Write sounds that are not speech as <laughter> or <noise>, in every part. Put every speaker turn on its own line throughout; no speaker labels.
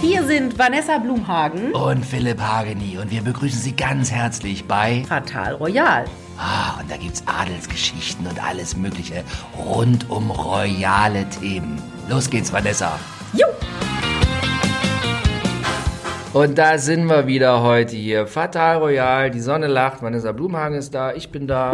Hier sind Vanessa Blumhagen,
Und Philipp Hageni und wir begrüßen Sie ganz herzlich bei.
Fatal Royal.
Ah, und da gibt's Adelsgeschichten und alles Mögliche rund um royale Themen. Los geht's, Vanessa.
Jo!
Und da sind wir wieder heute hier. Fatal Royal, die Sonne lacht, Vanessa Blumhagen ist da, ich bin <laughs> da.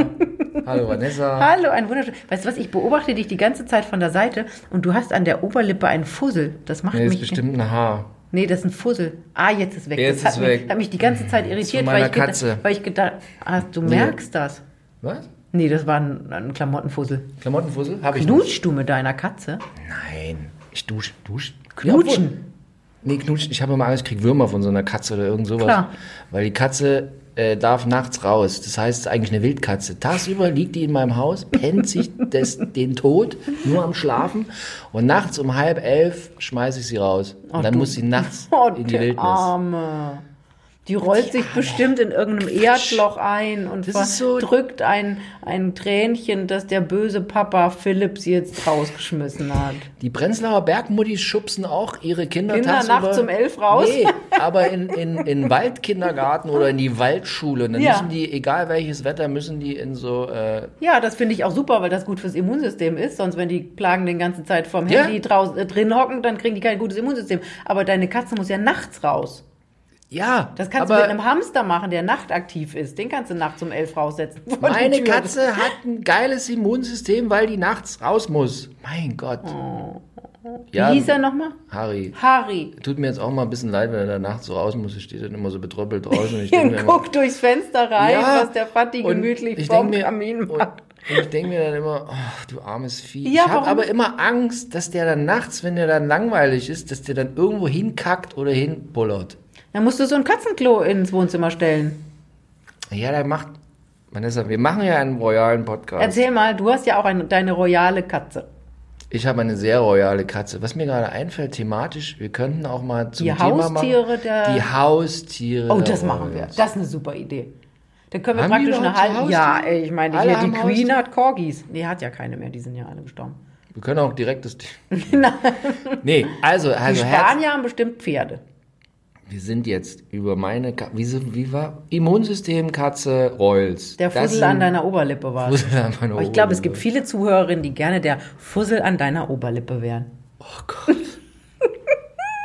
Hallo Vanessa.
Hallo, ein wunderschön. Weißt du was, ich beobachte dich die ganze Zeit von der Seite und du hast an der Oberlippe einen Fussel. Das macht
Nee, ist
mich...
bestimmt ein Haar.
Nee, das ist ein Fussel. Ah, jetzt ist weg.
Jetzt
das
ist
hat,
weg.
Mich, hat mich die ganze Zeit irritiert,
meiner
weil ich,
Katze.
Gedacht, weil ich gedacht ah, du merkst das.
Was?
Nee, das war ein, ein Klamottenfussel.
Klamottenfussel? Hab ich nicht.
Knutschst du mit deiner Katze?
Nein. Ich dusche. Dusch.
Knutschen.
Ja, obwohl- nee, knutschen. Ich habe immer Angst, ich krieg Würmer von so einer Katze oder irgend sowas.
Klar.
Weil die Katze äh, darf nachts raus. Das heißt, es ist eigentlich eine Wildkatze. Tagsüber liegt die in meinem Haus, pennt sich
<laughs>
des, den Tod, nur am Schlafen. Und nachts um halb elf schmeiße ich sie raus. Und dann muss sie nachts
<laughs> Oh,
in die
der
Wildnis.
Arme. Die rollt sich bestimmt in irgendeinem Erdloch ein und
Das ist so-
drückt ein, ein Tränchen, das der böse Papa Philipp sie jetzt rausgeschmissen hat.
Die Prenzlauer Bergmuttis schubsen auch ihre Kinder,
Kinder
tagsüber.
nachts um elf raus. <laughs>
Nee, aber in, in, in Waldkindergarten oder in die Waldschule. Und dann
Ja.
müssen die, egal welches Wetter, müssen die in so... Äh,
Ja, das finde ich auch super, weil das gut fürs Immunsystem ist. Sonst, wenn die Plagen den ganze Zeit vorm
Ja.
Handy draußen, äh, drin hocken, dann kriegen die kein gutes Immunsystem. Aber deine Katze muss ja nachts raus.
ja,
Das kannst
aber
du mit einem Hamster machen, der nachtaktiv ist. Den kannst du nachts um elf raussetzen. <laughs> vor die
meine
Tür.
Katze hat ein geiles Immunsystem, weil die nachts raus muss. Mein Gott.
Oh. Wie hieß er nochmal?
Harry.
Harry.
Tut mir jetzt auch mal ein bisschen leid, wenn er da nachts so raus muss. Er steht dann immer so
<laughs>
betröppelt draußen. Und ich denk mir
Und
immer,
guckt durchs Fenster rein,
Ja,
was der Fatti
und
gemütlich
ich
vorm
denk mir-
Kamin
und-
macht.
Und ich denke mir dann immer, ach, du armes Vieh.
Ja,
ich habe
warum?
aber immer Angst, dass der dann nachts, wenn der dann langweilig ist, dass der dann irgendwo hinkackt oder hinpullert.
Dann musst du so ein Katzenklo ins Wohnzimmer stellen.
Ja, der macht. Vanessa, wir machen ja einen royalen Podcast.
Erzähl mal, du hast ja auch eine, deine royale Katze.
Ich habe eine sehr royale Katze. Was mir gerade einfällt, thematisch, wir könnten auch mal zum
Die
Thema
Haustiere
machen.
der-
Die Haustiere.
Oh,
der
das machen wir.
Royals.
Das ist eine super Idee. Dann können wir
Haben die
praktisch eine
überhaupt
halbe.
Haustiere?
Ja, ey, ich meine,
Alle
hier, die
haben
Queen
Haustiere?
hat Corgis. Nee, hat ja keine mehr, die sind ja alle gestorben.
Wir können auch direkt das.
<laughs>
nee, also,
Die
also Herz,
Spanier haben bestimmt Pferde.
Wir sind jetzt über meine Ka wie, sind- wie war Immunsystem Katze Reus.
Der Fussel an deiner Oberlippe war. es.
<laughs> Fussel an meiner
Aber ich glaube, es
Oberlippe.
gibt viele Zuhörerinnen, die gerne der Fussel an deiner Oberlippe wären.
Oh Gott.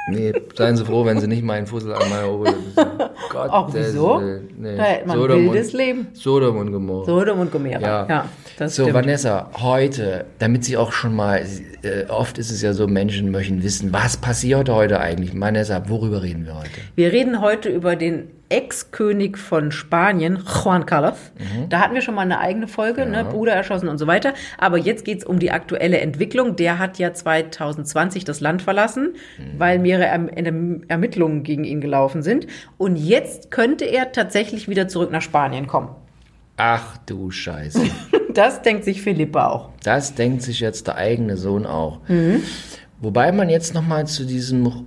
Nee, seien Sie froh, wenn Sie nicht meinen Fussel an meiner Oberlippe sind. Gott,
<laughs> Ach, wieso? Da hätte man ein wildes Leben.
Sodom und Gomorra.
Sodom und Gomera.
Ja.
das
so,
stimmt.
Vanessa, heute, damit Sie auch schon mal, äh, oft ist es ja so, Menschen möchten wissen, was passiert heute eigentlich? Vanessa, worüber reden wir heute?
Wir reden heute über den Ex-König von Spanien, Juan Carlos.
Mhm.
Da hatten wir schon mal eine eigene Folge, ne? Bruder erschossen und so weiter. Aber jetzt geht's um die aktuelle Entwicklung. Der hat ja 2020 das Land verlassen,
Mhm.
weil mehrere Erm- Erm- Ermittlungen gegen ihn gelaufen sind. Und jetzt könnte er tatsächlich wieder zurück nach Spanien kommen. <laughs>
Ach du Scheiße.
Das denkt sich Philippa auch.
Das denkt sich jetzt der eigene Sohn auch.
Mhm.
Wobei man jetzt nochmal zu diesem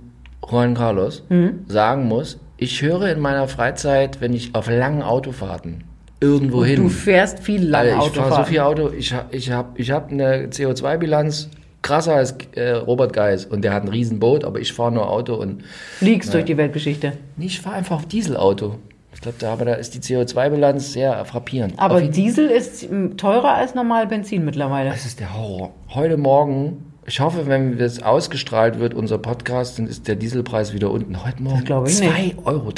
Juan Carlos
Mhm.
sagen muss, ich höre in meiner Freizeit, wenn ich auf langen Autofahrten irgendwo
Du
hin,
fährst viel lange
Alter, Hm. Äh, ich fahre so
Autofahren.
viel Auto, ich, ha- ich habe ich hab eine CO2-Bilanz krasser als äh, Robert Geis und der hat ein Riesenboot, aber ich fahre nur Auto und
Fliegst durch die Weltgeschichte.
nee, ich fahre einfach auf Dieselauto. Ich glaube, da, aber da ist die CO2-Bilanz sehr frappierend.
Aber
Auf jeden-
Diesel ist m, teurer als normal Benzin mittlerweile.
Das ist der Horror. Heute Morgen, ich hoffe, wenn das ausgestrahlt wird, unser Podcast, dann ist der Dieselpreis wieder unten. Heute Morgen
glaube ich
2,30 Euro.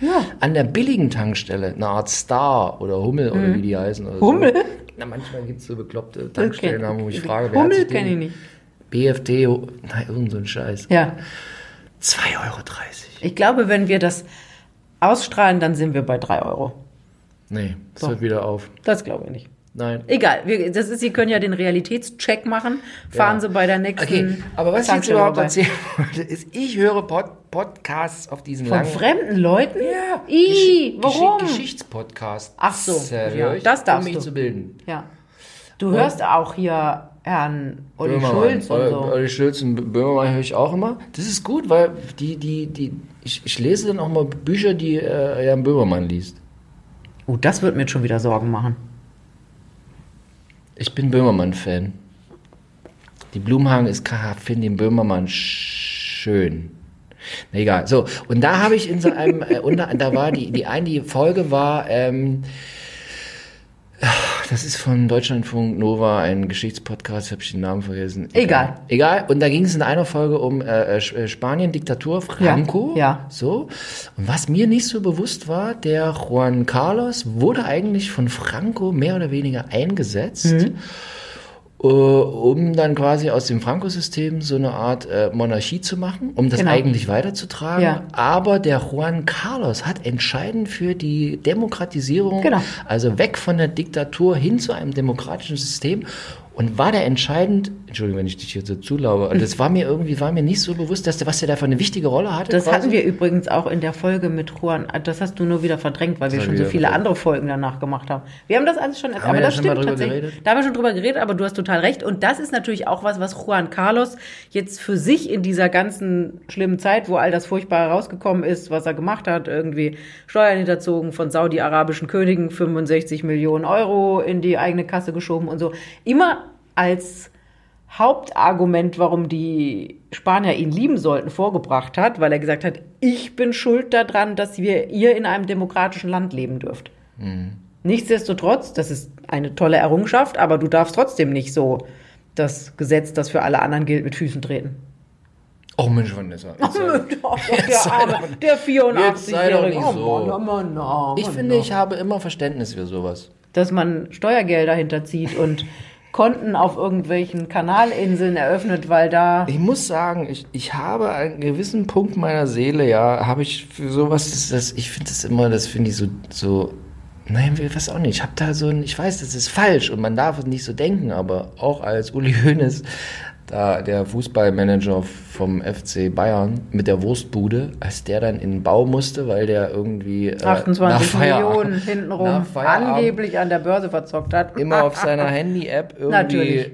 Ja.
An der billigen Tankstelle, eine Art Star oder Hummel oder wie die heißen. Oder
Mhm. Hummel? Äh,
So. Na, manchmal gibt es so bekloppte Tankstellennamen, wo ich frage, wer hat
Hummel
sich
kenne ich
den
nicht.
BFT, oh, nein, irgend so ein Scheiß.
Ja.
2,30 Euro.
Ich glaube, wenn wir das ausstrahlen, dann sind wir bei 3 Euro.
Nee, es hört wieder auf.
Das glaube ich nicht.
Nein.
Egal, wir, das ist, Sie können ja den Realitätscheck machen. Fahren
Ja.
Sie bei der nächsten.
Okay, aber was ich jetzt
Tankstelle
überhaupt
vorbei.
erzählen <laughs> wollte, ist, ich höre Pod Podcasts auf diesen
Von
langen
fremden Leuten?
Ja.
I,
Gesch-
warum?
Gesch Geschichtspodcast.
Ach so,
Äh,
ja,
höre ich,
das darfst
um mich
du.
zu bilden.
Ja. Du hörst auch hier Herrn Olli
Böhmermann.
Schulz und so.
Olli- Olli Schulz und Böhmermann höre ich auch immer. Das ist gut, weil die, die, die, ich, ich lese dann auch mal Bücher, die äh, Jan Böhmermann liest.
Oh, das wird mir jetzt schon wieder Sorgen machen.
Ich bin Böhmermann-Fan. Die Blumhagen ist, finde den Böhmermann sch- schön. Na egal. So, und da habe ich in so einem, äh, unter, da war die, die eine die Folge war, ähm, das ist von Deutschlandfunk Nova, ein Geschichtspodcast, habe ich den Namen vergessen.
Egal.
Egal. Und da ging es in einer Folge um äh, Sch- äh, Spanien, Diktatur, Franco.
ja.
So. Und was mir nicht so bewusst war, der Juan Carlos wurde eigentlich von Franco mehr oder weniger eingesetzt
Mhm.
äh, um dann quasi aus dem Franco-System so eine Art äh, Monarchie zu machen, um das
Genau.
eigentlich weiterzutragen.
Ja.
Aber der Juan Carlos hat entscheidend für die Demokratisierung,
Genau.
also weg von der Diktatur hin zu einem demokratischen System. Und war der entscheidend, Entschuldigung, wenn ich dich hier so zulaube,
Hm.
und das war mir irgendwie, war mir nicht so bewusst, dass der, was der da für eine wichtige Rolle hatte.
Das
quasi.
hatten wir übrigens auch in der Folge mit Juan. Das hast du nur wieder verdrängt, weil wir
hab
schon
ich
so
wieder
viele
verdrängt.
andere Folgen danach gemacht haben. Wir haben das alles schon erzählt.
wir
Aber
da
das
schon mal
stimmt
drüber
tatsächlich.
geredet?
Da haben wir schon drüber geredet, aber du hast total recht. Und das ist natürlich auch was, was Juan Carlos jetzt für sich in dieser ganzen schlimmen Zeit, wo all das Furchtbare rausgekommen ist, was er gemacht hat, irgendwie Steuern hinterzogen von saudi-arabischen Königen, 65 Millionen Euro in die eigene Kasse geschoben und so. Immer als Hauptargument, warum die Spanier ihn lieben sollten, vorgebracht hat, weil er gesagt hat, ich bin schuld daran, dass wir ihr in einem demokratischen Land leben dürft. Nichtsdestotrotz, das ist eine tolle Errungenschaft, aber du darfst trotzdem nicht so das Gesetz, das für alle anderen gilt, mit Füßen treten.
Oh
<laughs>
Mensch, Vanessa. jetzt sei-
Doch,
<laughs> Jetzt
der
sei doch
arme,
nicht-
der
jetzt sei doch
84-Jährige.
nicht so.
Mann, oh Mann, oh
Ich
Mann,
finde,
oh.
ich habe immer Verständnis für sowas.
Dass man Steuergelder hinterzieht und Konten auf irgendwelchen Kanalinseln eröffnet, weil da...
Ich muss sagen, ich, ich habe einen gewissen Punkt meiner Seele, ja, habe ich für sowas, das, das, ich finde das immer, das finde ich so, so, nein, ich weiß auch nicht, ich habe da so ein, ich weiß, das ist falsch und man darf es nicht so denken, aber auch als Uli Hoeneß, da der Fußballmanager vom FC Bayern mit der Wurstbude, als der dann in den Bau musste, weil der irgendwie äh, nach
28
Feierabend-
Millionen
<laughs> nach
hintenrum
Feierabend
angeblich an der Börse verzockt hat.
immer auf
<laughs>
seiner Handy-App
Natürlich. Mhm.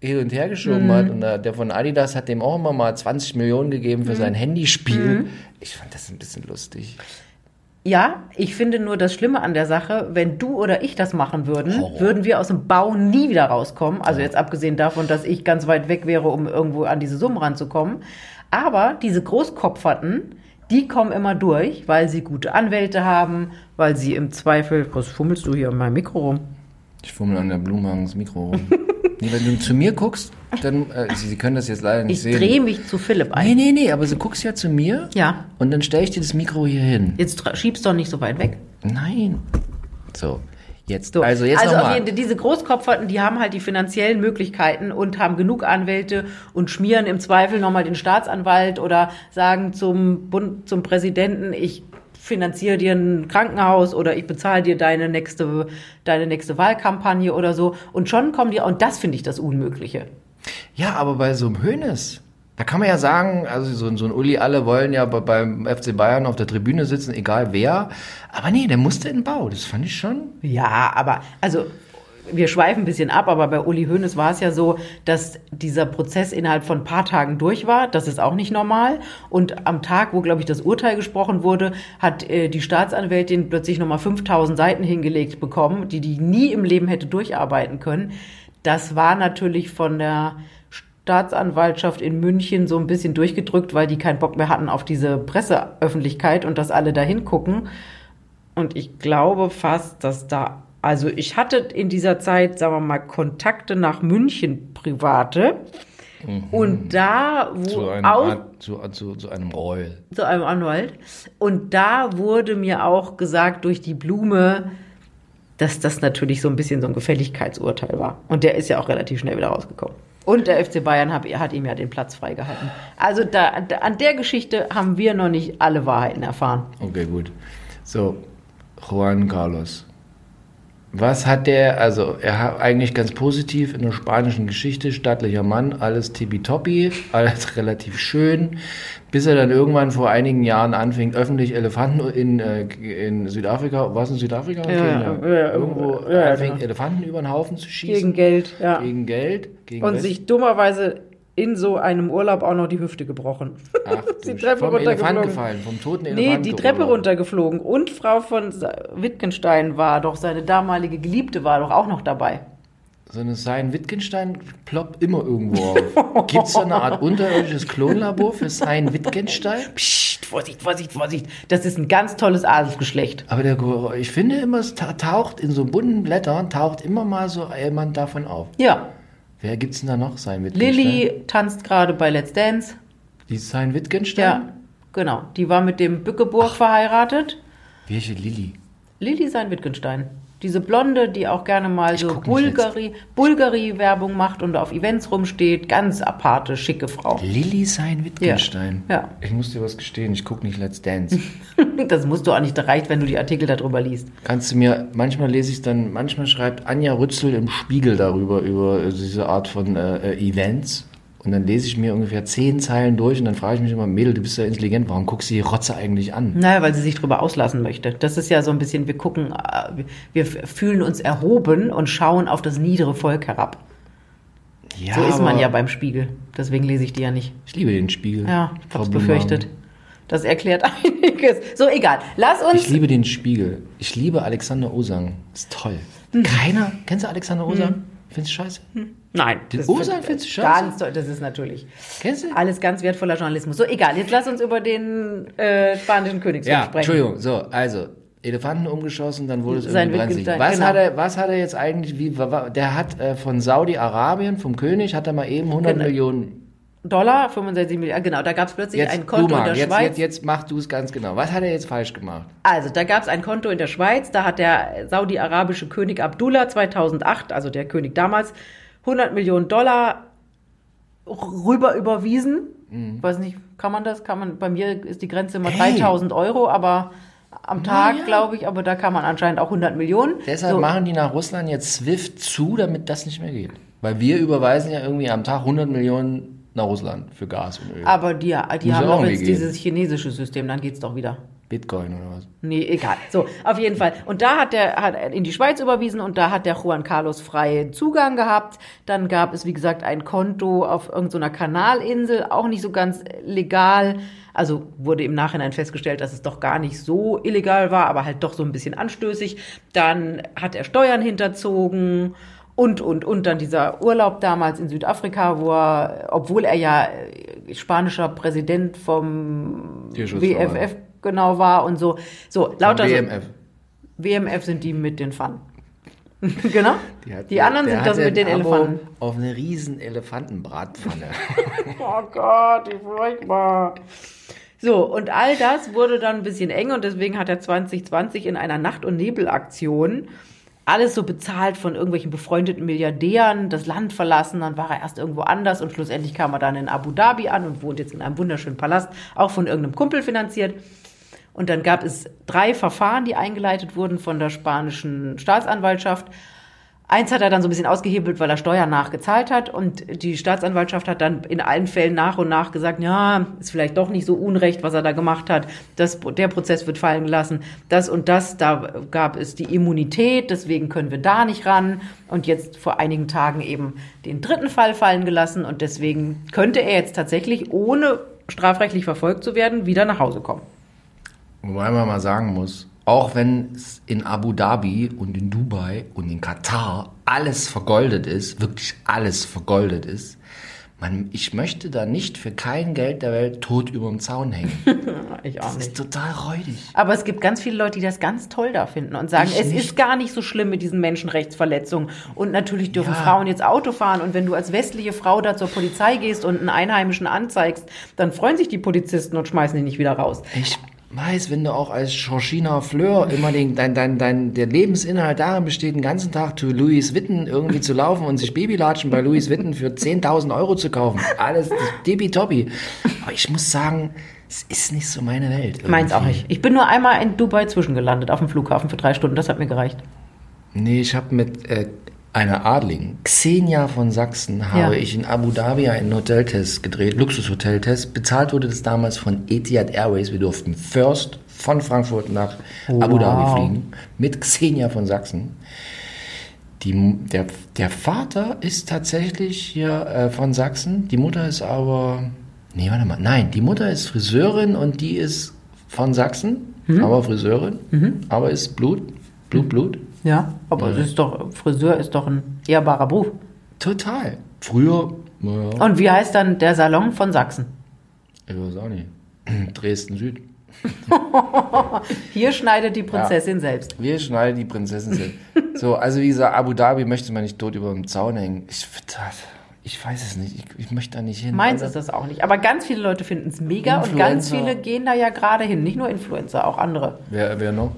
irgendwie hin und her geschoben hat. Und äh, der von Adidas hat dem auch immer mal 20 Millionen gegeben
Mhm.
für sein Handyspiel. Ich fand das ein bisschen lustig.
Ja, ich finde nur das Schlimme an der Sache, wenn du oder ich das machen würden,
Horror.
würden wir aus dem Bau nie wieder rauskommen. Also jetzt abgesehen davon, dass ich ganz weit weg wäre, um irgendwo an diese Summen ranzukommen. Aber diese Großkopferten, die kommen immer durch, weil sie gute Anwälte haben, weil sie im Zweifel, was fummelst du hier in meinem Mikro rum?
Ich fummel an der Blumenhagens Mikro <laughs> rum. nee, wenn du zu mir guckst, dann, äh, sie, sie können das jetzt leider nicht
Ich
sehen.
drehe mich zu Philipp ein.
Nee, nee, nee, aber du guckst ja zu mir.
Ja.
Und dann stelle ich dir das Mikro hier hin.
Jetzt tra- schiebst doch nicht so weit weg.
Nein. So, jetzt.
So.
Also jetzt
also auf jeden
nochmal.
Fall, diese Großkopferten, die haben halt die finanziellen Möglichkeiten und haben genug Anwälte und schmieren im Zweifel nochmal den Staatsanwalt oder sagen zum Bund, zum Präsidenten, ich finanziere dir ein Krankenhaus oder ich bezahle dir deine nächste, deine nächste Wahlkampagne oder so. Und schon kommen die, und das finde ich das Unmögliche.
Ja, aber bei so einem Hönes, da kann man ja sagen, also so, ein- so ein Uli, alle wollen ja bei, beim FC Bayern auf der Tribüne sitzen, egal wer. Aber nee, der musste in den Bau. Das fand ich schon.
Ja, aber also wir schweifen ein bisschen ab, aber bei Uli Hoeneß war es ja so, dass dieser Prozess innerhalb von ein paar Tagen durch war. Das ist auch nicht normal. Und am Tag, wo, glaube ich, das Urteil gesprochen wurde, hat äh, die Staatsanwältin plötzlich nochmal 5000 Seiten hingelegt bekommen, die die nie im Leben hätte durcharbeiten können. Das war natürlich von der Staatsanwaltschaft in München so ein bisschen durchgedrückt, weil die keinen Bock mehr hatten auf diese Presseöffentlichkeit und dass alle da hingucken. Und ich glaube fast, dass da, also ich hatte in dieser Zeit, sagen wir mal, Kontakte nach München private. Und da, wo auch
zu, zu, zu einem Reul.
zu einem Anwalt. Und da wurde mir auch gesagt durch die Blume, dass das natürlich so ein bisschen so ein Gefälligkeitsurteil war. Und der ist ja auch relativ schnell wieder rausgekommen. Und der FC Bayern hab, hat ihm ja den Platz freigehalten. Also da, da, an der Geschichte haben wir noch nicht alle Wahrheiten erfahren.
Okay, gut. So, Juan Carlos. Was hat der, also er hat eigentlich ganz positiv in der spanischen Geschichte, stattlicher Mann, alles tippitoppi, alles <laughs> relativ schön, bis er dann irgendwann vor einigen Jahren anfing, öffentlich Elefanten in, äh, in Südafrika, war es in Südafrika?
Ja,
Kenia?
ja, ja,
irgendwo
ja, ja,
anfing
genau.
Elefanten über den Haufen zu schießen.
Gegen Geld, ja.
Gegen Geld. Gegen
Und
West-
sich dummerweise in so einem Urlaub auch noch die Hüfte gebrochen.
Ach,
<laughs> die
du-
Treppe
vom Elefant
runtergeflogen.
gefallen, vom toten
Nee,
Elefant
die Treppe
gerudert.
runtergeflogen. Und Frau von Sa- Wittgenstein war doch, seine damalige Geliebte war doch auch noch dabei.
so eine Sein Wittgenstein ploppt immer irgendwo auf. Gibt es da eine Art unterirdisches Klonlabor für Sein Wittgenstein?
Psst, Vorsicht, Vorsicht, Vorsicht. Das ist ein ganz tolles Adelsgeschlecht.
Aber der, Geruch- ich finde immer, es ta- taucht in so bunten Blättern, taucht immer mal so jemand davon auf.
Ja.
Wer gibt's denn da noch? Sein Wittgenstein?
Lilly tanzt gerade bei Let's Dance.
Die ist Sein Wittgenstein?
Ja, genau. Die war mit dem Bückeburg verheiratet.
Welche Lilly?
Lilly sein Wittgenstein. Diese Blonde, die auch gerne mal so
guck nicht jetzt.
Bulgari- Bulgari-Werbung macht und auf Events rumsteht. Ganz aparte, schicke Frau.
Lilly Sein Wittgenstein?
Ja. Ja.
Ich muss dir was gestehen, ich gucke nicht Let's Dance.
<laughs> Das musst du auch nicht, das reicht, wenn du die Artikel darüber liest.
Kannst du mir, manchmal lese ich dann, manchmal schreibt Anja Rützel im Spiegel darüber, über äh, diese Art von äh, äh, Events. Und dann lese ich mir ungefähr zehn Zeilen durch und dann frage ich mich immer, Mädel, du bist ja intelligent, warum guckst du die Rotze eigentlich an?
Naja, weil sie sich drüber auslassen möchte. Das ist ja so ein bisschen, wir gucken, äh, wir f- fühlen uns erhoben und schauen auf das niedere Volk herab.
Ja,
So ist man
aber
ja beim Spiegel. Deswegen lese ich die ja nicht.
Ich liebe den Spiegel.
Ja, ich
Frau
hab's
Blumhagen.
befürchtet. Das erklärt <laughs> einiges. So, egal. Lass uns.
Ich liebe den Spiegel. Ich liebe Alexander Osang. Ist toll.
Hm.
Keiner. Kennst du Alexander Osang? Findest du scheiße?
Nein.
Den
das
Osan
find-
findest du scheiße?
Ganz toll, das ist natürlich.
Kennst du?
Alles ganz wertvoller Journalismus. So, egal. Jetzt lass uns über den äh, spanischen Königshof
Ja,
sprechen.
Entschuldigung. So, also. Elefanten umgeschossen, dann wurde es
Sein
irgendwie brenzlig.
Wittgenstein,
Was,
genau.
hat er, was hat er jetzt eigentlich, wie, wa- wa- der hat äh, von Saudi-Arabien, vom König, hat er mal eben 100
Genau.
Millionen.
Dollar, 65 Milliarden. Genau, da gab es plötzlich
Jetzt,
ein Konto in
Boomer,
der
jetzt,
Schweiz.
jetzt, jetzt mach du es ganz genau. Was hat er jetzt falsch gemacht?
Also, da gab es ein Konto in der Schweiz, da hat der saudi-arabische König Abdullah 2008, also der König damals, 100 Millionen Dollar rüber überwiesen. Weiß nicht, kann man das? Kann man, bei mir ist die Grenze immer
Mhm. Hey.
3000 Euro, aber am Tag,
ja.
glaube ich, aber da kann man anscheinend auch 100 Millionen.
Deshalb
So,
machen die nach Russland jetzt SWIFT zu, damit das nicht mehr geht. Weil wir überweisen ja irgendwie am Tag 100 Millionen nach Russland für Gas und Öl.
aber die, die
Muss
haben
ja auch
doch
irgendwie
jetzt
gehen.
dieses chinesische System, dann geht's doch wieder.
Bitcoin oder was?
Nee, egal. So, auf jeden Fall. Und da hat der hat er in die Schweiz überwiesen und da hat der Juan Carlos freien Zugang gehabt. Dann gab es, wie gesagt, ein Konto auf irgendeiner Kanalinsel, auch nicht so ganz legal. Also wurde im Nachhinein festgestellt, dass es doch gar nicht so illegal war, aber halt doch so ein bisschen anstößig. Dann hat er Steuern hinterzogen. Und, und, und dann dieser Urlaub damals in Südafrika, wo er, obwohl er ja äh, spanischer Präsident vom
Tierschutzverein.
WFF genau war und so. So, lauter
WMF.
So, WMF sind die mit den Pfannen. <laughs> genau.
Die, hat-
die anderen
der
sind
hat
das
ein
mit den
Abo
Elefanten.
Auf eine riesen Elefantenbratpfanne.
Oh Gott, ich furchtbar. So, und all das wurde dann ein bisschen eng und deswegen hat er 2020 in einer Nacht- und Nebelaktion alles so bezahlt von irgendwelchen befreundeten Milliardären, das Land verlassen, dann war er erst irgendwo anders und schlussendlich kam er dann in Abu Dhabi an und wohnt jetzt in einem wunderschönen Palast, auch von irgendeinem Kumpel finanziert. Und dann gab es drei Verfahren, die eingeleitet wurden von der spanischen Staatsanwaltschaft. Eins hat er dann so ein bisschen ausgehebelt, weil er Steuern nachgezahlt hat und die Staatsanwaltschaft hat dann in allen Fällen nach und nach gesagt, ja, ist vielleicht doch nicht so unrecht, was er da gemacht hat. Das, der Prozess wird fallen gelassen. Das und das, da gab es die Immunität, deswegen können wir da nicht ran. Und jetzt vor einigen Tagen eben den dritten Fall fallen gelassen und deswegen könnte er jetzt tatsächlich, ohne strafrechtlich verfolgt zu werden, wieder nach Hause kommen.
Wobei man mal sagen muss, auch wenn es in Abu Dhabi und in Dubai und in Katar alles vergoldet ist, wirklich alles vergoldet ist, man, ich möchte da nicht für kein Geld der Welt tot überm Zaun hängen.
Ich auch
Das
nicht.
ist total räudig.
Aber es gibt ganz viele Leute, die das ganz toll da finden und sagen,
Ich
es
nicht.
ist gar nicht so schlimm mit diesen Menschenrechtsverletzungen. Und natürlich dürfen Frauen jetzt Auto fahren. Und wenn du als westliche Frau da zur Polizei gehst und einen Einheimischen anzeigst, dann freuen sich die Polizisten und schmeißen ihn nicht wieder raus.
Ich weiß, wenn du auch als Georgina Fleur immer den, dein, dein, dein, der Lebensinhalt darin besteht, den ganzen Tag zu Louis Witten irgendwie zu laufen und sich Babylatschen bei Louis Witten für 10.000 Euro zu kaufen. Alles tippitoppi. Aber ich muss sagen, es ist nicht so meine Welt. irgendwie.
Meins auch nicht. Ich bin nur einmal in Dubai zwischengelandet auf dem Flughafen für drei Stunden. Das hat mir gereicht.
Nee, ich habe mit äh, einer Adligen, Xenia von Sachsen, habe
Ja.
ich in Abu Dhabi einen Hoteltest gedreht, Luxushoteltest. Bezahlt wurde das damals von Etihad Airways. Wir durften first von Frankfurt nach Abu Dhabi fliegen mit Xenia von Sachsen. Die, M- der, der Vater ist tatsächlich hier äh, von Sachsen, die Mutter ist aber. Nee, warte mal. Nein, die Mutter ist Friseurin und die ist von Sachsen, aber Friseurin, aber ist Blut, Blut, Blut.
Ja, aber es ist doch, Friseur ist doch ein ehrbarer Beruf.
Total. Früher, naja,
Und wie heißt dann der Salon von Sachsen?
ich weiß auch nicht. <clears throat> Dresden Süd.
Hier schneidet die Prinzessin selbst.
Wir schneiden die Prinzessin sind. so, also wie gesagt, Abu Dhabi möchte man nicht tot über dem Zaun hängen. Ich, ich weiß es nicht. Ich, ich möchte da nicht hin.
Meins
Also-
ist das auch nicht. Aber ganz viele Leute finden es mega und ganz
Influencer.
viele gehen da ja gerade hin. Nicht nur Influencer, auch andere.
Wer, wer noch?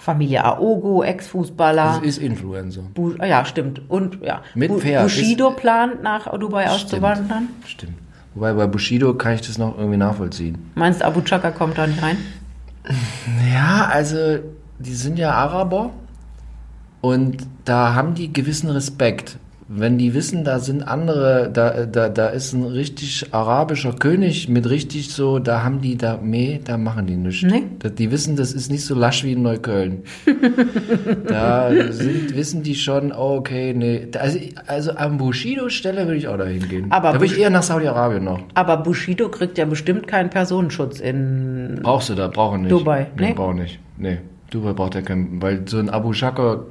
Familie Aogo, Ex-Fußballer.
Das ist Influencer.
Bu- ah Ja, stimmt. Und ja,
Mit
Bu-
Pferd.
Bushido plant, nach Dubai auszuwandern.
Stimmt. Wobei bei Bushido kann ich das noch irgendwie nachvollziehen.
Meinst du, Abu Chaka kommt da nicht rein?
Ja, also die sind ja Araber und da haben die gewissen Respekt. Wenn die wissen, da sind andere, da, da, da ist ein richtig arabischer König mit richtig so, da haben die da, nee, da machen die nichts.
Nee.
Da- Die wissen, das ist nicht so lasch wie in
<laughs>
Neukölln. da sind, wissen die schon, oh, okay, nee. Da- Also, also am Bushido-Stelle würde ich auch dahin gehen.
Aber
da würde
Bush-
ich eher nach Saudi-Arabien noch.
Aber Bushido kriegt ja bestimmt keinen Personenschutz in.
Brauchst du da, brauche nicht.
Dubai, ne?
Nee,
nee.
brauche nicht. Nee, Dubai braucht er keinen, weil so ein Abu Shaka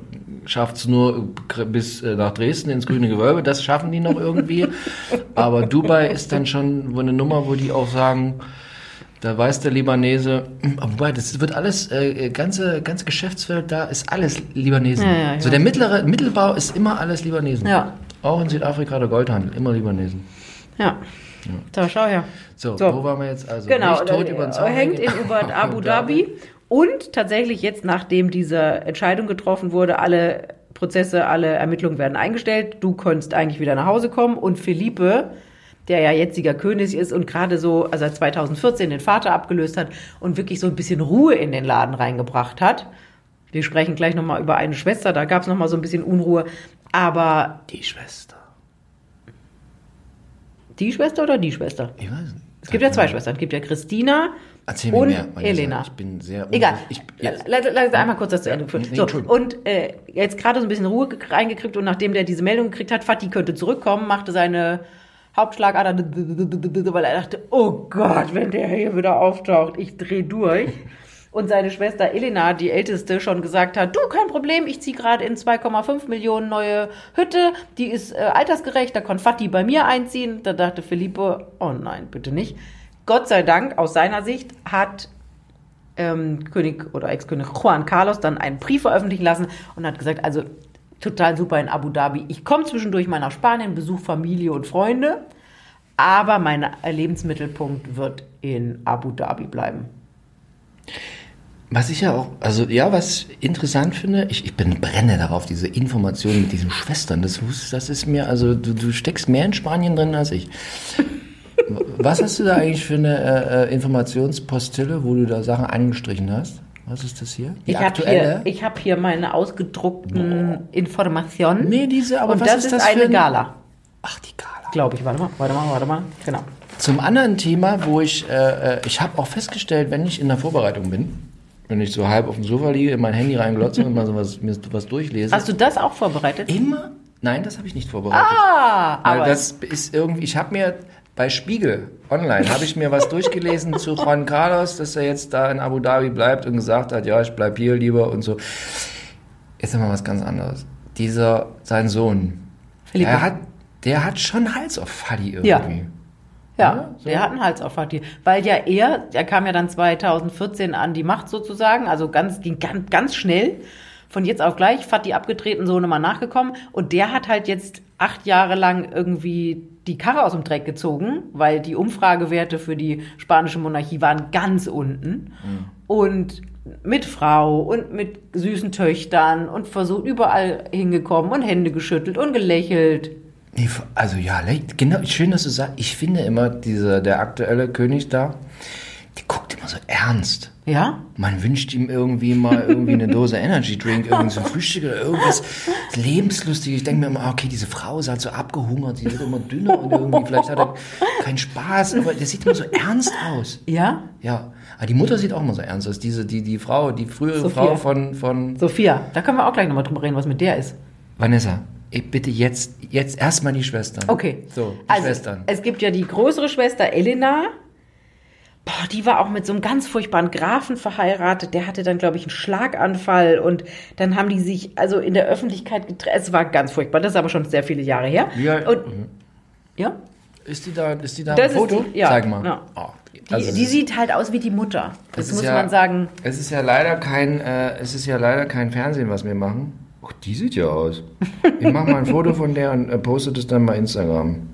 schafft es nur äh, bis äh, nach Dresden ins grüne Gewölbe, das schaffen die
<laughs>
noch irgendwie. Aber Dubai ist dann schon wo eine Nummer, wo die auch sagen, da weiß der Libanese, <clears throat> wobei, das wird alles, äh, ganze, ganze Geschäftsfeld da ist alles Libanesen.
Ja, ja, ich
so der mittlere, Mittelbau ist immer alles Libanesen.
Ja.
Auch in Südafrika der Goldhandel, immer Libanesen.
Ja. Da schau her.
So,
So.
wo waren wir jetzt? Also
Genau,
nicht tot über den Zaun
hängt in
hängen.
über
<laughs>
Abu Dhabi. Und tatsächlich jetzt, nachdem diese Entscheidung getroffen wurde, alle Prozesse, alle Ermittlungen werden eingestellt. Du konntest eigentlich wieder nach Hause kommen. Und Felipe, der ja jetziger König ist und gerade so also seit 2014 den Vater abgelöst hat und wirklich so ein bisschen Ruhe in den Laden reingebracht hat. Wir sprechen gleich nochmal über eine Schwester, da gab es nochmal so ein bisschen Unruhe. Aber
Die Schwester.
die Schwester oder die Schwester?
Ich weiß nicht.
Es gibt ja zwei Schwestern. Es gibt ja Christina
Erzähl mir
und
mehr. weil
Elena.
Ich bin sehr.
Egal.
Ich,
lass,
jetzt,
lass, lass einmal kurz das zu Ende führen.
nee,
So,
Entschuldigung.
und äh, jetzt gerade so ein bisschen Ruhe gek- reingekriegt und nachdem der diese Meldung gekriegt hat, Fatih könnte zurückkommen, machte seine Hauptschlagader, weil er dachte, oh Gott, wenn der hier wieder auftaucht, ich dreh
<laughs>
durch. Und seine Schwester Elena, die Älteste, schon gesagt hat, du, kein Problem, ich ziehe gerade in 2,5 Millionen neue Hütte, die ist äh, altersgerecht, da kann Fatih bei mir einziehen. Da dachte Felipe, oh nein, bitte nicht. Gott sei Dank, aus seiner Sicht, hat ähm, König oder Ex-König Juan Carlos dann einen Brief veröffentlichen lassen und hat gesagt, also total super in Abu Dhabi. Ich komme zwischendurch mal nach Spanien, besuche Familie und Freunde, aber mein Lebensmittelpunkt wird in Abu Dhabi bleiben.
was ich ja auch, also ja, was ich interessant finde, ich, ich bin brenne darauf, diese Informationen mit diesen Schwestern. Das, wus- das ist mir, also du, du steckst mehr in Spanien drin als ich. was hast du da eigentlich für eine äh, äh, Informationspostille, wo du da Sachen angestrichen hast? Was ist das hier? Die
ich habe hier, ich hab hier meine ausgedruckten Informationen.
nee, diese, aber
und
was
das
ist
ist
das für
eine
ein-
Gala,
Ach, die Gala.
glaube ich. Warte mal, warte mal, warte mal. Genau.
Zum anderen Thema, wo ich, äh, äh, ich habe auch festgestellt, wenn ich in der Vorbereitung bin, wenn ich so halb auf dem Sofa liege, in mein Handy reinglotze und mal so was, mir was durchlese.
Hast du das auch vorbereitet?
immer? Nein, das habe ich nicht vorbereitet.
Ah,
Weil
aber
das ist irgendwie, ich habe mir bei Spiegel online, habe ich mir was durchgelesen zu Juan Carlos, dass er jetzt da in Abu Dhabi bleibt und gesagt hat, ja, ich bleib hier lieber und so. Jetzt mal was ganz anderes. Dieser, sein Sohn,
Felipe.
der hat, der hat schon Hals auf Fadi irgendwie.
Ja. Ja,
Ja, Ne, so.
der hat einen Hals auf Fatih. Weil ja er, der kam ja dann 2014 an die Macht sozusagen, also ganz, ging ganz, ganz schnell. Von jetzt auf gleich, Fatih abgetreten, so nochmal nachgekommen. Und der hat halt jetzt acht Jahre lang irgendwie die Karre aus dem Dreck gezogen, weil die Umfragewerte für die spanische Monarchie waren ganz unten. Und mit Frau und mit süßen Töchtern und versucht überall hingekommen und Hände geschüttelt und gelächelt.
Nee, f- also ja, le- genau, schön, dass du sagst, ich finde immer, dieser, der aktuelle König da, der guckt immer so ernst.
Ja?
Man wünscht ihm irgendwie mal irgendwie
<laughs>
eine Dose Energy Drink, irgendwie so ein Frühstück oder irgendwas lebenslustiges. Ich denke mir immer, okay, diese Frau ist halt so abgehungert, sie wird immer dünner und irgendwie, vielleicht hat er keinen Spaß, aber der sieht immer so ernst aus.
Ja?
Ja, aber die Mutter sieht auch immer so ernst aus. Diese, die, die Frau, die frühere
Sophia.
Frau von, von
Sophia, da können wir auch gleich nochmal drüber reden, was mit der ist.
Vanessa. Ich bitte jetzt, jetzt erstmal die Schwestern.
Okay.
So, die
also,
Schwestern.
Es gibt ja die größere Schwester Elena, Boah, die war auch mit so einem ganz furchtbaren Grafen verheiratet. Der hatte dann, glaube ich, einen Schlaganfall und dann haben die sich also in der Öffentlichkeit getrennt. Es war ganz furchtbar. Das ist aber schon sehr viele Jahre her.
Wie alt-
und, ja,
Ist die da, ist die da
Das
im
ist
Foto?
die- ja,
Zeig mal.
ja.
Oh,
die,
also
die
das-
sieht halt aus wie die Mutter.
das
Das
ist
muss
ja-
man sagen.
Es ist ja leider kein, äh, es ist ja leider kein Fernsehen, was wir machen. Ach, die sieht ja aus. Ich mache mal ein Foto von der und äh, poste das dann bei Instagram.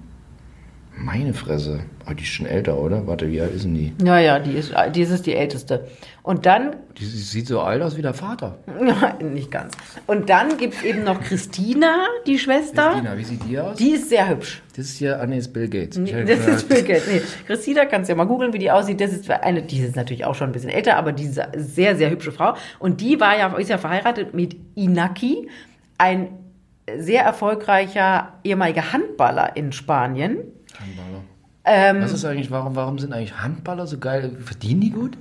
Meine Fresse. Oh, die ist schon älter, oder? Warte, wie alt ist denn die?
Ja, ja, die ist, die ist die älteste. Und dann <laughs>
Die sieht so alt aus wie der Vater.
Nein, nicht ganz. Und dann gibt es eben noch Christina, die Schwester.
Christina, wie sieht die aus?
Die ist sehr hübsch.
Das ist hier, ah nee, ist Bill Gates. Äh, Ich hätte
Das
gesagt,
ist wirklich, nee. Christina, kannst ja mal googeln, wie die aussieht. Das ist eine, die ist natürlich auch schon ein bisschen älter, aber diese sehr, sehr hübsche Frau. Und die war ja, ist ja verheiratet mit Inaki, ein sehr erfolgreicher ehemaliger Handballer in Spanien.
Handballer.
Ähm,
Was ist eigentlich, warum, warum sind eigentlich Handballer so geil? Verdienen die gut?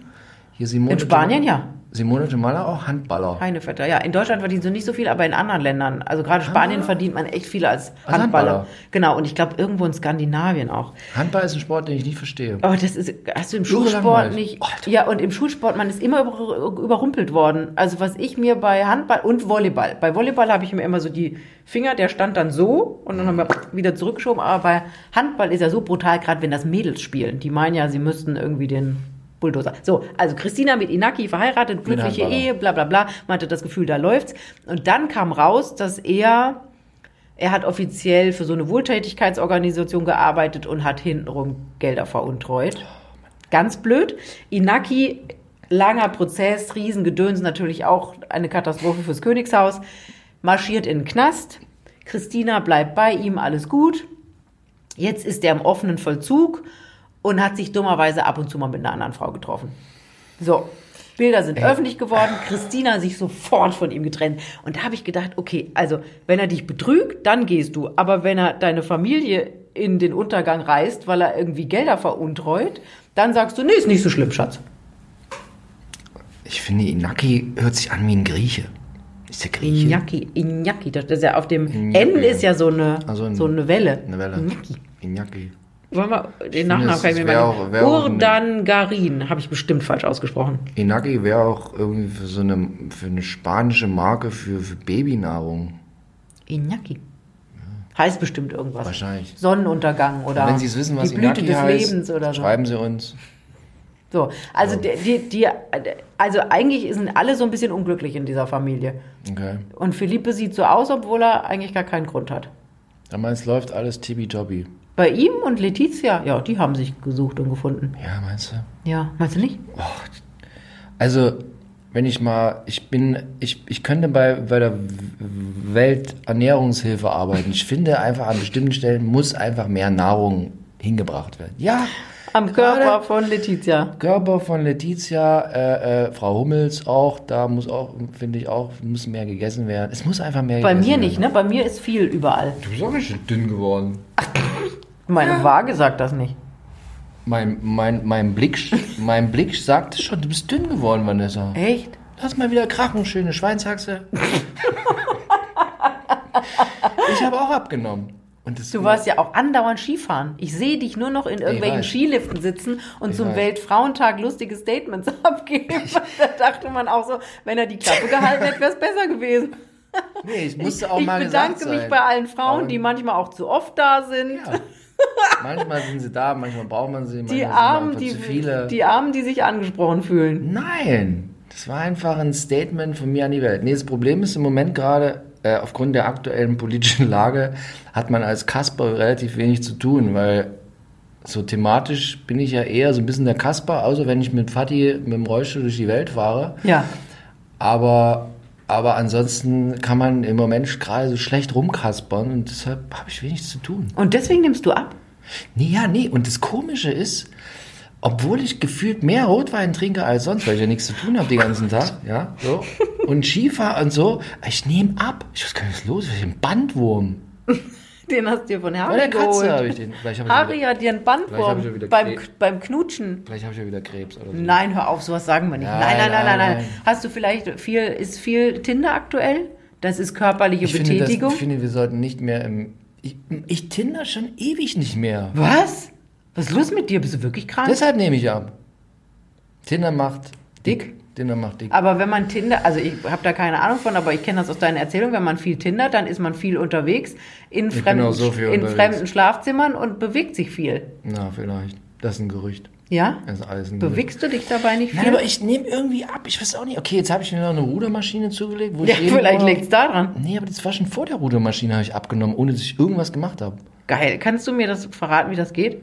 Hier Simone
In Spanien,
Gem-
ja.
Simone Gemalla auch Handballer.
Heinevetter, ja. In Deutschland verdienen sie nicht so viel, aber in anderen Ländern, also gerade Spanien verdient man echt viel als Handballer.
Handballer.
Genau, und ich glaube irgendwo in Skandinavien auch.
Handball ist ein Sport, den ich nicht verstehe.
Aber das ist, hast du im
Jahrelang
Schulsport
weiß.
nicht.
Alter.
Ja, und im Schulsport, man ist immer über, überrumpelt worden. Also was ich mir bei Handball und Volleyball, bei Volleyball habe ich mir immer so die Finger, der stand dann so und dann haben wir wieder zurückgeschoben. Aber bei Handball ist ja so brutal, gerade wenn das Mädels spielen. Die meinen ja, sie müssten irgendwie den Bulldozer. So, also Christina mit Inaki verheiratet, glückliche
Handballer.
Ehe, bla bla bla. Man hatte das Gefühl, da läuft's. Und dann kam raus, dass er er hat offiziell für so eine Wohltätigkeitsorganisation gearbeitet und hat hintenrum Gelder veruntreut. Ganz blöd. Inaki, langer Prozess, Riesengedöns, natürlich auch eine Katastrophe fürs Königshaus, marschiert in den Knast. Christina bleibt bei ihm, alles gut. Jetzt ist er im offenen Vollzug und hat sich dummerweise ab und zu mal mit einer anderen Frau getroffen. So, Bilder sind öffentlich geworden. Christina sich sofort von ihm getrennt. Und da habe ich gedacht, okay, also wenn er dich betrügt, dann gehst du. Aber wenn er deine Familie in den Untergang reißt, weil er irgendwie Gelder veruntreut, dann sagst du, nee, ist nicht so schlimm, Schatz.
Ich finde, Inaki hört sich an wie ein Grieche. Ist der Grieche?
Iñaki, Iñaki, das ist ja auf dem
Iñaki.
N ist ja so eine,
Ah, so ein-
so eine Welle.
Eine Welle.
Iñaki.
Inaki.
Wollen wir den Nachnamen
das
kann ich mir
wär
mal
auch- wär auch ein-
Urdangarin, habe ich bestimmt falsch ausgesprochen.
Inaki wäre auch irgendwie für so eine, für eine spanische Marke für, für Babynahrung.
Iñaki. Heißt bestimmt irgendwas.
Wahrscheinlich.
Sonnenuntergang oder
Wenn Sie es wissen, was
die Blüte
Inaki
des
heißt,
Lebens oder so.
schreiben Sie uns.
So, also die, die, die, also eigentlich sind alle so ein bisschen unglücklich in dieser Familie.
Okay.
Und Philippe sieht so aus, obwohl er eigentlich gar keinen Grund hat.
Aber es läuft alles tibi-tobi.
Bei ihm und Letizia, ja, die haben sich gesucht und gefunden.
Ja, meinst du?
Ja, meinst du nicht?
Also, wenn ich mal, ich bin, ich, ich könnte bei, bei der Welternährungshilfe arbeiten. Ich finde einfach, an bestimmten Stellen muss einfach mehr Nahrung hingebracht werden. Ja,
Am Körper von Letizia.
Körper von Letizia, äh, äh, Frau Hummels auch, da muss auch, finde ich auch, muss mehr gegessen werden. Es muss einfach mehr
Bei
gegessen
mir
werden.
nicht, ne? Bei mir ist viel überall.
Du bist auch ganz schön dünn geworden.
Meine Waage sagt das nicht.
Mein, mein, mein, Blick, sch- mein Blick sagt schon, du bist dünn geworden, Vanessa.
Echt?
Lass mal wieder krachen, schöne Schweinshaxe. ich habe auch abgenommen. Und das
Du warst ja auch andauernd Skifahren. Ich sehe dich nur noch in irgendwelchen
weiß.
Skiliften sitzen und zum
weiß.
Weltfrauentag lustige Statements <laughs> abgeben. Da dachte man auch so, wenn er die Klappe gehalten hätte, wäre es besser
<laughs>
gewesen.
Nee, ich musste auch
ich
mal
bedanke
gesagt
mich
sein.
bei allen Frauen,
Frauen-
die manchmal auch zu oft da sind.
Ja. Manchmal sind sie da, manchmal braucht man sie, manchmal
die
sind
Armen,
einfach
die,
zu viele.
die Armen, die sich angesprochen fühlen.
Nein, das war einfach ein Statement von mir an die Welt. Nee, das Problem ist im Moment gerade, äh, aufgrund der aktuellen politischen Lage, hat man als Kasper relativ wenig zu tun, weil so thematisch bin ich ja eher so ein bisschen der Kasper, außer wenn ich mit Fatih mit dem Rollstuhl durch die Welt fahre.
Ja.
Aber, aber ansonsten kann man im Moment gerade so schlecht rumkaspern und deshalb habe ich wenig zu tun.
Und deswegen nimmst du ab?
Nee, ja, nee. Und das Komische ist, obwohl ich gefühlt mehr Rotwein trinke als sonst, weil ich ja nichts zu tun habe den ganzen Tag, ja, so. Und Skifahren und so, ich nehme ab. Ich weiß gar nicht, was los ist. Ich hab einen Bandwurm.
Den hast du dir von
Bei
Harry
der Katze habe
geholt.
ich den. Vielleicht habe ich, ja
Harry
wieder-
hat dir einen
Vielleicht hab ich ja
Bandwurm
wieder
beim,
Kne-
beim Knutschen.
vielleicht hab ich ja wieder Krebs oder so.
Nein, hör auf, sowas sagen wir nicht. Nein,
Nein,
nein, nein, nein,
nein,
nein.
nein.
Hast du vielleicht viel, ist viel Tinder aktuell? Das ist körperliche
ich finde, das,
Betätigung.
ich finde, wir sollten nicht mehr im. Ich, ich tinder schon ewig nicht mehr.
Was? Was ist los mit dir? Bist du wirklich krank?
Deshalb nehme ich ab. Tinder macht dick. Tinder macht dick.
Aber wenn man Tinder, also ich habe da keine Ahnung von, aber ich kenne das aus deiner Erzählung, wenn man viel Tinder, dann ist man viel unterwegs in,
bin
fremden,
auch so viel
in
unterwegs.
fremden Schlafzimmern und bewegt sich viel.
Na, vielleicht. Das ist ein Gerücht.
Ja?
Das ist alles ein Gerücht.
Bewegst du dich dabei nicht viel?
Nein, aber ich nehme irgendwie ab. Ich weiß auch nicht. Okay, jetzt habe ich mir noch eine Rudermaschine zugelegt. Wo
ja,
ich eben
vielleicht
auch-
liegt es daran.
Nee, aber das war schon vor der Rudermaschine, habe ich abgenommen, ohne dass ich irgendwas gemacht habe.
Geil. Kannst du mir das verraten, wie das geht?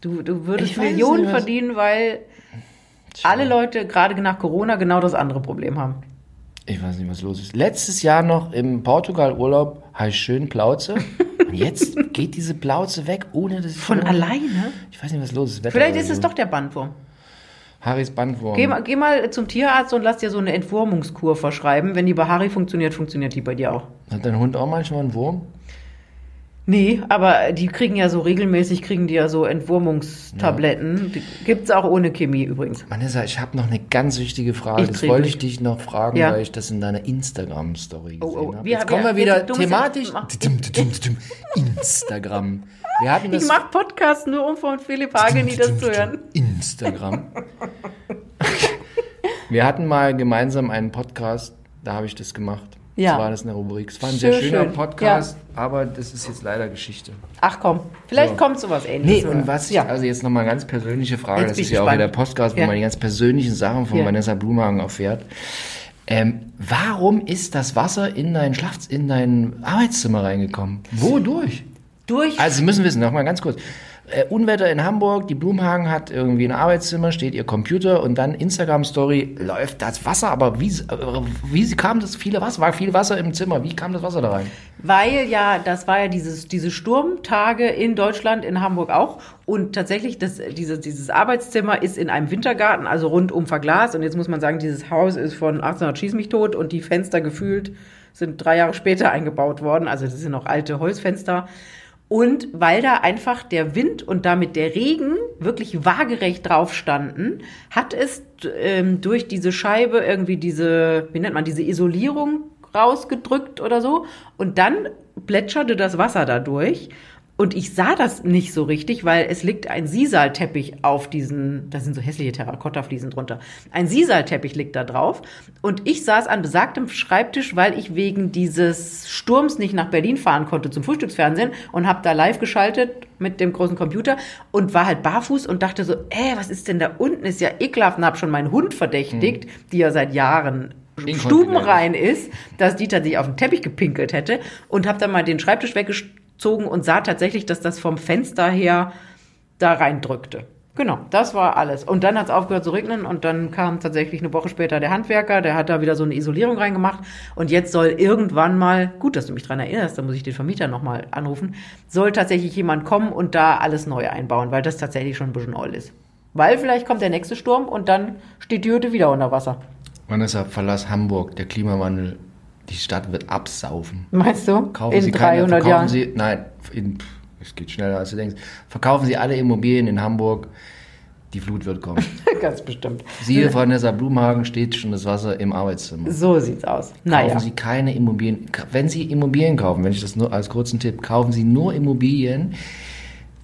Du, du würdest
Ich weiß es
Millionen
nicht, was-
verdienen, weil alle Leute gerade nach Corona genau das andere Problem haben.
Ich weiß nicht, was los ist. Letztes Jahr noch im Portugal-Urlaub habe ich schön Plauze.
<laughs>
Und jetzt geht diese Plauze weg, ohne dass ich.
Von alleine?
Ich weiß nicht, was los ist. Wetter
Vielleicht
oder
ist es
so.
doch der Bandwurm.
Harrys Bandwurm.
Geh, mal- geh mal zum Tierarzt und lass dir so eine Entwurmungskur verschreiben. Wenn die bei Harry funktioniert, funktioniert die bei dir auch.
Hat dein Hund auch manchmal einen Wurm?
Nee, aber die kriegen ja so regelmäßig, kriegen die ja so Entwurmungstabletten. Die Gibt's auch ohne Chemie übrigens.
Vanessa, ich habe noch eine ganz wichtige Frage.
Ich
das
dreh
wollte
durch.
ich dich noch fragen,
Ja.
weil ich das in deiner Instagram-Story gesehen
Oh, oh.
habe.
Wir-
Jetzt kommen wir
wir-
wieder
jetzt- du musst
thematisch.
jetzt- mach-
Tudum, tudum, tudum. Instagram. Wir hatten das
Ich mach Podcast nur, um von Philipp Hageni das zu hören.
Instagram. <laughs> Wir hatten mal gemeinsam einen Podcast, da habe ich das gemacht.
Ja.
Das war das eine Rubrik. Es war ein
Sehr
sehr schöner
schön.
Podcast, aber das ist jetzt leider Geschichte.
Ach komm, vielleicht
So.
kommt sowas ähnliches.
Nee, und was ich,
Ja.
also jetzt nochmal ganz persönliche Frage,
Jetzt
das
bin
ist
ich
ja auch
gespannt.
wieder Podcast, wo
Ja.
man die ganz persönlichen Sachen von
Ja.
Vanessa Blumhagen erfährt. Ähm, warum ist das Wasser in dein Schlafz, in dein Arbeitszimmer reingekommen? Wodurch?
Durch.
Also Sie müssen wissen, nochmal ganz kurz. Äh, Unwetter in Hamburg, die Blumhagen hat irgendwie ein Arbeitszimmer, steht ihr Computer und dann Instagram-Story läuft das Wasser, aber wie, äh, wie kam das viele Wasser, war viel Wasser im Zimmer, wie kam das Wasser da rein?
Weil ja, das war ja dieses, diese Sturmtage in Deutschland, in Hamburg auch. Und tatsächlich, das, dieses, dieses Arbeitszimmer ist in einem Wintergarten, also rundum verglast. Und jetzt muss man sagen, dieses Haus ist von 1800 Schieß mich tot und die Fenster gefühlt sind drei Jahre später eingebaut worden. Also das sind noch alte Holzfenster. Und weil da einfach der Wind und damit der Regen wirklich waagerecht drauf standen, hat es ähm, durch diese Scheibe irgendwie diese, wie nennt man, diese Isolierung rausgedrückt oder so. Und dann plätscherte das Wasser dadurch. Und ich sah das nicht so richtig, weil es liegt ein Sisalteppich auf diesen, da sind so hässliche Terrakottafliesen drunter. Ein Sisalteppich liegt da drauf. Und ich saß an besagtem Schreibtisch, weil ich wegen dieses Sturms nicht nach Berlin fahren konnte zum Frühstücksfernsehen und habe da live geschaltet mit dem großen Computer und war halt barfuß und dachte so, ey, was ist denn da unten? Ist ja ekelhaft und habe schon meinen Hund verdächtigt, die ja seit Jahren
Inkontinent.
stubenrein rein ist, dass die tatsächlich auf den Teppich gepinkelt hätte und habe dann mal den Schreibtisch weggezogen und sah tatsächlich, dass das vom Fenster her da reindrückte. Genau, das war alles. Und dann hat es aufgehört zu regnen und dann kam tatsächlich eine Woche später der Handwerker, der hat da wieder so eine Isolierung reingemacht und jetzt soll irgendwann mal, gut, dass du mich dran erinnerst, da muss ich den Vermieter nochmal anrufen, soll tatsächlich jemand kommen und da alles neu einbauen, weil das tatsächlich schon ein bisschen oll ist. Weil vielleicht kommt der nächste Sturm und dann steht die Hütte wieder unter Wasser.
Vanessa, verlass Hamburg, der Klimawandel, die Stadt wird absaufen.
Meinst du?
Kaufen
in
Sie keine,
300
verkaufen
Jahren.
Sie, nein, in, pff, es geht schneller als du denkst. Verkaufen Sie alle Immobilien in Hamburg, die Flut wird kommen.
<laughs> Ganz bestimmt. <laughs>
Siehe, Vanessa Blumhagen steht schon das Wasser im Arbeitszimmer.
So sieht's aus.
Kaufen
Naja.
Sie keine Immobilien. Ka- Wenn Sie Immobilien kaufen, wenn ich das nur als kurzen Tipp, kaufen Sie nur Immobilien,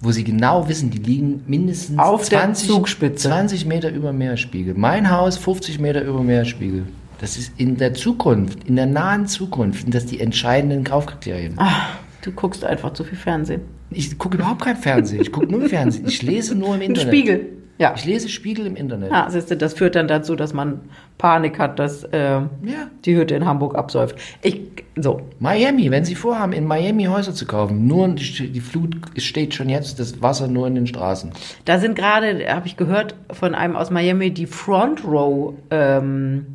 wo Sie genau wissen, die liegen mindestens
Auf der Zugspitze.
20 Meter über Meerspiegel. Mein Haus 50 Meter über Meerspiegel. Das ist in der Zukunft, in der nahen Zukunft, sind das die entscheidenden Kaufkriterien.
Ah, Du guckst einfach zu viel Fernsehen.
Ich gucke überhaupt kein Fernsehen, ich gucke nur Fernsehen. Ich lese nur im
Ein
Internet.
Spiegel. Ah. Ja.
Ich lese Spiegel im Internet.
ja siehst du, das führt dann dazu, dass man Panik hat, dass ähm,
Ja.
die Hütte in Hamburg absäuft. Ich, so.
Miami, wenn Sie vorhaben, in Miami Häuser zu kaufen, nur die, die Flut steht schon jetzt, das Wasser nur in den Straßen.
Da sind gerade, habe ich gehört von einem aus Miami, die Front Row, ähm,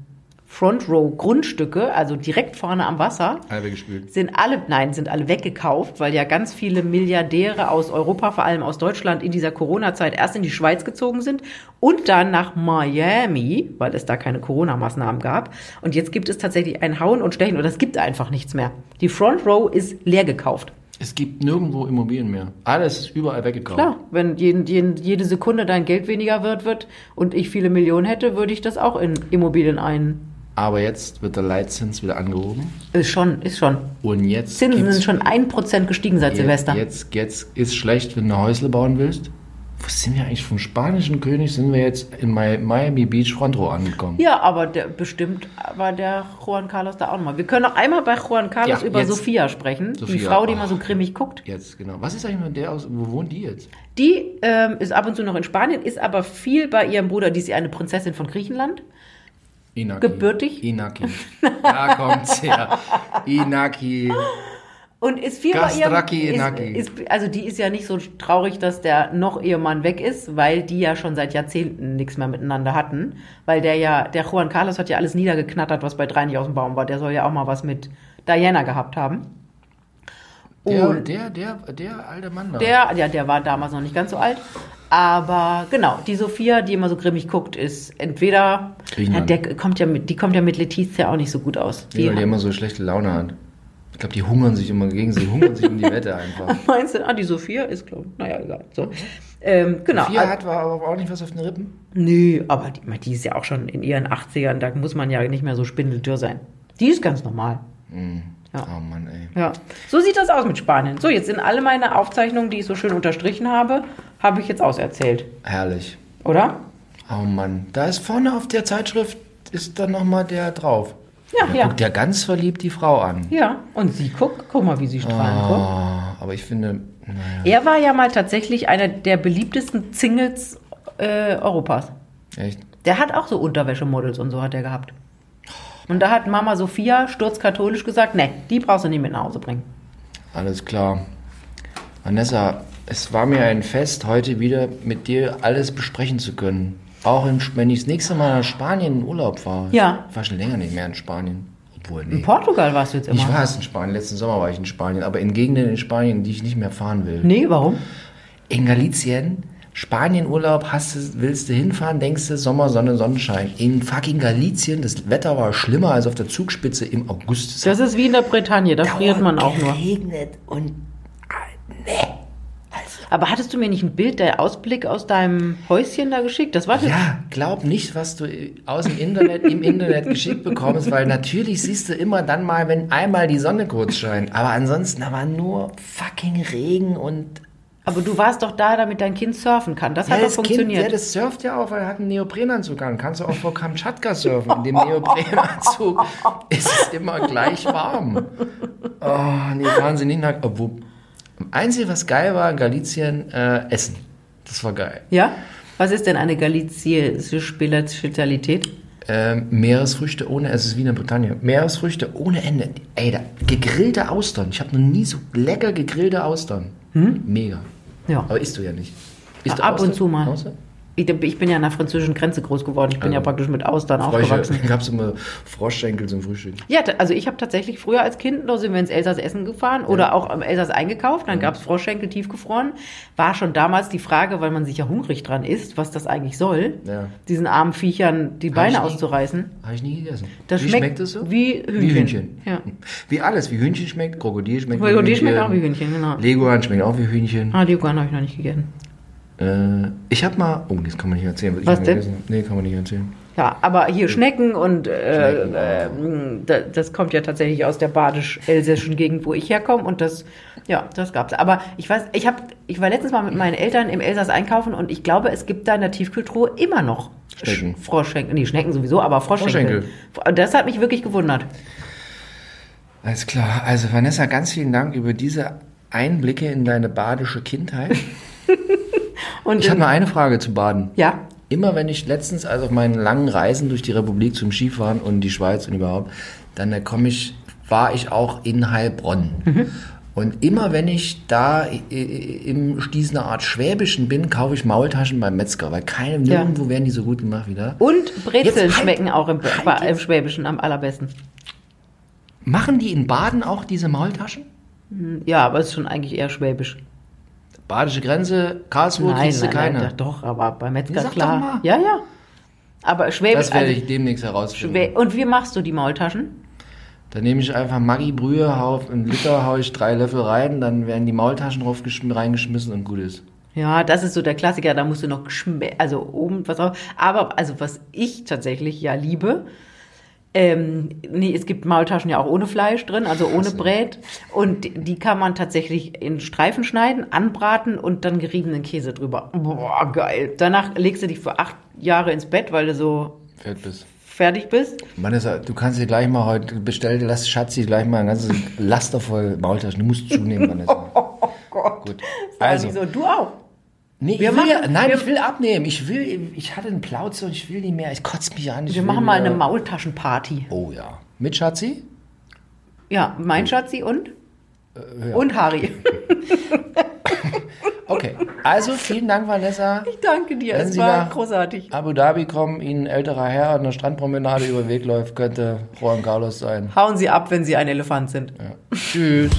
Front Row Grundstücke, also direkt vorne am Wasser,
Halbe gespült.
sind alle, nein, sind alle weggekauft, weil ja ganz viele Milliardäre aus Europa, vor allem aus Deutschland, in dieser Corona-Zeit erst in die Schweiz gezogen sind und dann nach Miami, weil es da keine Corona-Maßnahmen gab. Und jetzt gibt es tatsächlich ein Hauen und Stechen oder es gibt einfach nichts mehr. Die Front Row ist leer gekauft.
Es gibt nirgendwo Immobilien mehr. Alles ist überall weggekauft.
Klar, wenn jeden, jeden, jede Sekunde dein Geld weniger wird, wird und ich viele Millionen hätte, würde ich das auch in Immobilien ein.
Aber jetzt wird der Leitzins wieder angehoben.
Ist schon, ist schon.
Und jetzt
Zinsen
gibt's-
sind schon 1% gestiegen seit
jetzt,
Silvester.
Jetzt, jetzt ist schlecht, wenn du Häusle bauen willst. wo sind wir eigentlich vom spanischen König? Sind wir jetzt in Mi- Miami Beach Front Row angekommen?
Ja, aber der, bestimmt war der Juan Carlos da auch nochmal. Wir können noch einmal bei Juan Carlos
Ja,
über
jetzt.
Sophia sprechen. Die
Sophia,
Frau, die
ach.
mal so grimmig guckt.
Jetzt, genau. Was ist eigentlich mit der aus? Wo wohnt die jetzt?
Die ähm, ist ab und zu noch in Spanien, ist aber viel bei ihrem Bruder. Die ist ja eine Prinzessin von Griechenland.
Inaki.
Gebürtig? <laughs>
Inaki. Da kommt's her. Inaki.
Und ist viel
Gastraki
bei
Inaki.
ihrem... Ist, ist, also die ist ja nicht so traurig, dass der noch Ehemann weg ist, weil die ja schon seit Jahrzehnten nichts mehr miteinander hatten. Weil der ja, der Juan Carlos hat ja alles niedergeknattert, was bei drei nicht aus dem Baum war. Der soll ja auch mal was mit Diana gehabt haben.
Der,
Und-
der, der, der alte Mann da.
Oh. Der, ja, der war damals noch nicht ganz so alt. Aber genau, die Sophia, die immer so grimmig guckt, ist entweder. Ja,
Griechenland.
der kommt ja mit, die kommt ja mit Letizia auch nicht so gut aus.
Nee,
Die,
weil die immer so schlechte Laune hat. Ich glaube, die hungern sich immer gegen sie, hungern sich um die Wette einfach.
<laughs> meinst du, ah, die Sophia ist, glaube ich, naja, egal. So. Ähm, <laughs> genau.
Vier
Sophia
hat war aber auch nicht was auf den Rippen.
Nö, aber die, die ist ja auch schon in ihren 80ern, da muss man ja nicht mehr so spindeldürr sein. Die ist ganz normal.
Oh Mann, ey.
Ja, so sieht das aus mit Spanien. So, jetzt in alle meine Aufzeichnungen, die ich so schön unterstrichen habe, habe ich jetzt auserzählt,
Herrlich.
oder?
Oh Mann. Da ist vorne auf der Zeitschrift ist dann nochmal der drauf.
Ja,
Da
ja.
guckt ja ganz verliebt die Frau an.
Ja, und sie guckt, guck mal, wie sie strahlen guckt.
Oh, aber ich finde, naja.
Er war ja mal tatsächlich einer der beliebtesten Singles äh, Europas.
Echt?
Der hat auch so Unterwäschemodels und so hat er gehabt. Und da hat Mama Sophia sturzkatholisch gesagt, nee, die brauchst du nicht mit nach Hause bringen.
Alles klar. Vanessa, es war mir ein Fest, heute wieder mit dir alles besprechen zu können. Auch im, wenn ich das nächste Mal nach Spanien in Urlaub war.
Ja. Hm.
Ich war schon länger nicht mehr in Spanien. Obwohl,
In
nee.
Portugal warst du jetzt immer.
Ich war erst in Spanien, letzten Sommer war ich in Spanien, aber in Gegenden in Spanien, die ich nicht mehr fahren will.
nee, warum?
In Galicien, Spanienurlaub, hast du, willst du hinfahren, denkst du Sommer, Sonne, Sonnenschein. In fucking Galicien, das Wetter war schlimmer als auf der Zugspitze im August.
Das ist wie in der Bretagne, da friert man auch nur.
Regnet und
Aber hattest du mir nicht ein Bild der Ausblick aus deinem Häuschen da geschickt? Das war das-
Ja, glaub nicht, was du äh, aus dem Internet im Internet geschickt bekommst, weil natürlich siehst du immer dann mal, wenn einmal die Sonne kurz scheint. Aber ansonsten da war nur fucking Regen und
Aber du warst doch da, damit dein Kind surfen kann. Das hat doch
das Kind,
funktioniert.
ja, das surft ja auch, weil er hat einen Neoprenanzug an. Kannst du auch vor Kamtschatka surfen. In
<laughs>
dem Neoprenanzug ist es immer gleich warm. Oh, nee, fahren sie nicht nach. Obwohl, einzige, was geil war in Galicien, äh, Essen. Das war geil.
ja? Was ist denn eine galizische Spezialität?
Ähm, Meeresfrüchte ohne, es ist wie in der Bretagne. Meeresfrüchte ohne Ende. Ey, da, gegrillte Austern. Ich habe noch nie so lecker gegrillte Austern. Mega.
Hm? Ja.
Aber isst du ja nicht. Isst du
Ab und
Austern?
zu mal.
Austern?
Ich, ich bin ja an der französischen Grenze groß geworden. Ich bin ja praktisch mit Austern
Fräusche.
aufgewachsen.
<laughs> Gab es immer Froschschenkel zum Frühstück.
Ja, ta- also ich habe tatsächlich früher als Kind, da sind wir ins Elsass essen gefahren oder auch am Elsass eingekauft.
Mhm.
Dann gab's Froschschenkel tiefgefroren. War schon damals die Frage, weil man sich ja hungrig dran ist, was das eigentlich soll,
Ja.
diesen armen Viechern die Beine
ich nie-
auszureißen.
Habe ich nie gegessen.
Das
wie
schmeckt
schmeckt es so?
wie
Wie
Hühnchen.
Hühnchen. Mhm.
Ja.
Wie alles. Wie Hühnchen schmeckt, Krokodil schmeckt
Krokodil schmeckt auch wie Hühnchen, genau.
Leguan schmeckt auch wie Hühnchen.
Ah, die Iguana habe ich noch nicht gegessen.
Äh, ich habe mal... Oh, das kann man nicht erzählen. Ich
Was
hab
denn?
gegessen. Nee, kann man nicht erzählen.
Ja, aber hier Schnecken und äh,
Schnecken,
äh, da- das kommt ja tatsächlich aus der badisch-elsässischen Gegend, wo ich herkomme und das, ja, das gab's. Aber ich weiß, ich hab, ich war letztens mal mit meinen Eltern im Elsass einkaufen und ich glaube, es gibt da in der Tiefkühltruhe immer noch
Schnecken.
Sch- Froschschenkel, nee, Schnecken sowieso, aber Froschschenkel. Und Das hat mich wirklich gewundert.
Alles klar. Also Vanessa, ganz vielen Dank über diese Einblicke in deine badische Kindheit.
Und
Ich habe nur eine Frage zu Baden.
ja,
Immer wenn ich letztens, also auf meinen langen Reisen durch die Republik zum Skifahren und die Schweiz und überhaupt, dann äh, komme ich, war ich auch in Heilbronn.
Mhm.
Und immer wenn ich da i- i- im Stiesener Art Schwäbischen bin, kaufe ich Maultaschen beim Metzger, weil keine,
Ja.
nirgendwo werden die so gut gemacht wie da.
und Brezeln
Jetzt halt-
schmecken auch im,
halt
im Schwäbischen am allerbesten.
Machen die in Baden auch diese Maultaschen?
Ja, aber es ist schon eigentlich eher schwäbisch.
Badische Grenze, Karlsruhe kriegst du keine.
ja, doch, aber bei Metzger
Nee, sag
klar.
doch mal.
Ja, ja. Aber Schwäbisch,
das werde
also,
ich demnächst herausfinden.
Schwä und wie machst du die Maultaschen?
Dann nehme ich einfach Maggi-Brühe, hau auf einen Liter, hau ich drei Löffel rein, dann werden die Maultaschen drauf geschm- reingeschmissen und gut ist.
Ja, das ist so der Klassiker, da musst du noch schme also oben was drauf. Aber also was ich tatsächlich ja liebe, Ähm, nee, es gibt Maultaschen ja auch ohne Fleisch drin, also ohne Brät. Und die- die kann man tatsächlich in Streifen schneiden, anbraten und dann geriebenen Käse drüber. Boah, geil. Danach legst du dich für acht Jahre ins Bett, weil du so
Fährt bis.
fertig bist.
Vanessa, du kannst dir gleich mal heute bestellen, lass Schatzi gleich mal ein ganzes Laster voll Maultaschen. Du musst zunehmen, <laughs> Vanessa.
Oh Gott.
Gut.
Also.
Also.
So, du auch.
Nee,
Wir
ich will, ja,
machen-
nein,
wir-
ich will abnehmen. Ich will, ich hatte einen Plauze und ich will nicht mehr. Ich kotze mich an. Ich
Wir
will
machen mal
wieder-
eine Maultaschenparty.
Oh ja. Mit Schatzi?
Ja,
Hm.
mein Schatzi und?
Äh,
Und
<laughs>
Harry.
Okay. Also vielen Dank, Vanessa.
Ich danke dir.
Wenn
es
Sie
war
nach
großartig.
Abu Dhabi kommen, Ihnen ein älterer Herr an der Strandpromenade über den Weg läuft, könnte Juan Carlos sein.
Hauen Sie ab, wenn Sie ein Elefant sind.
Tschüss.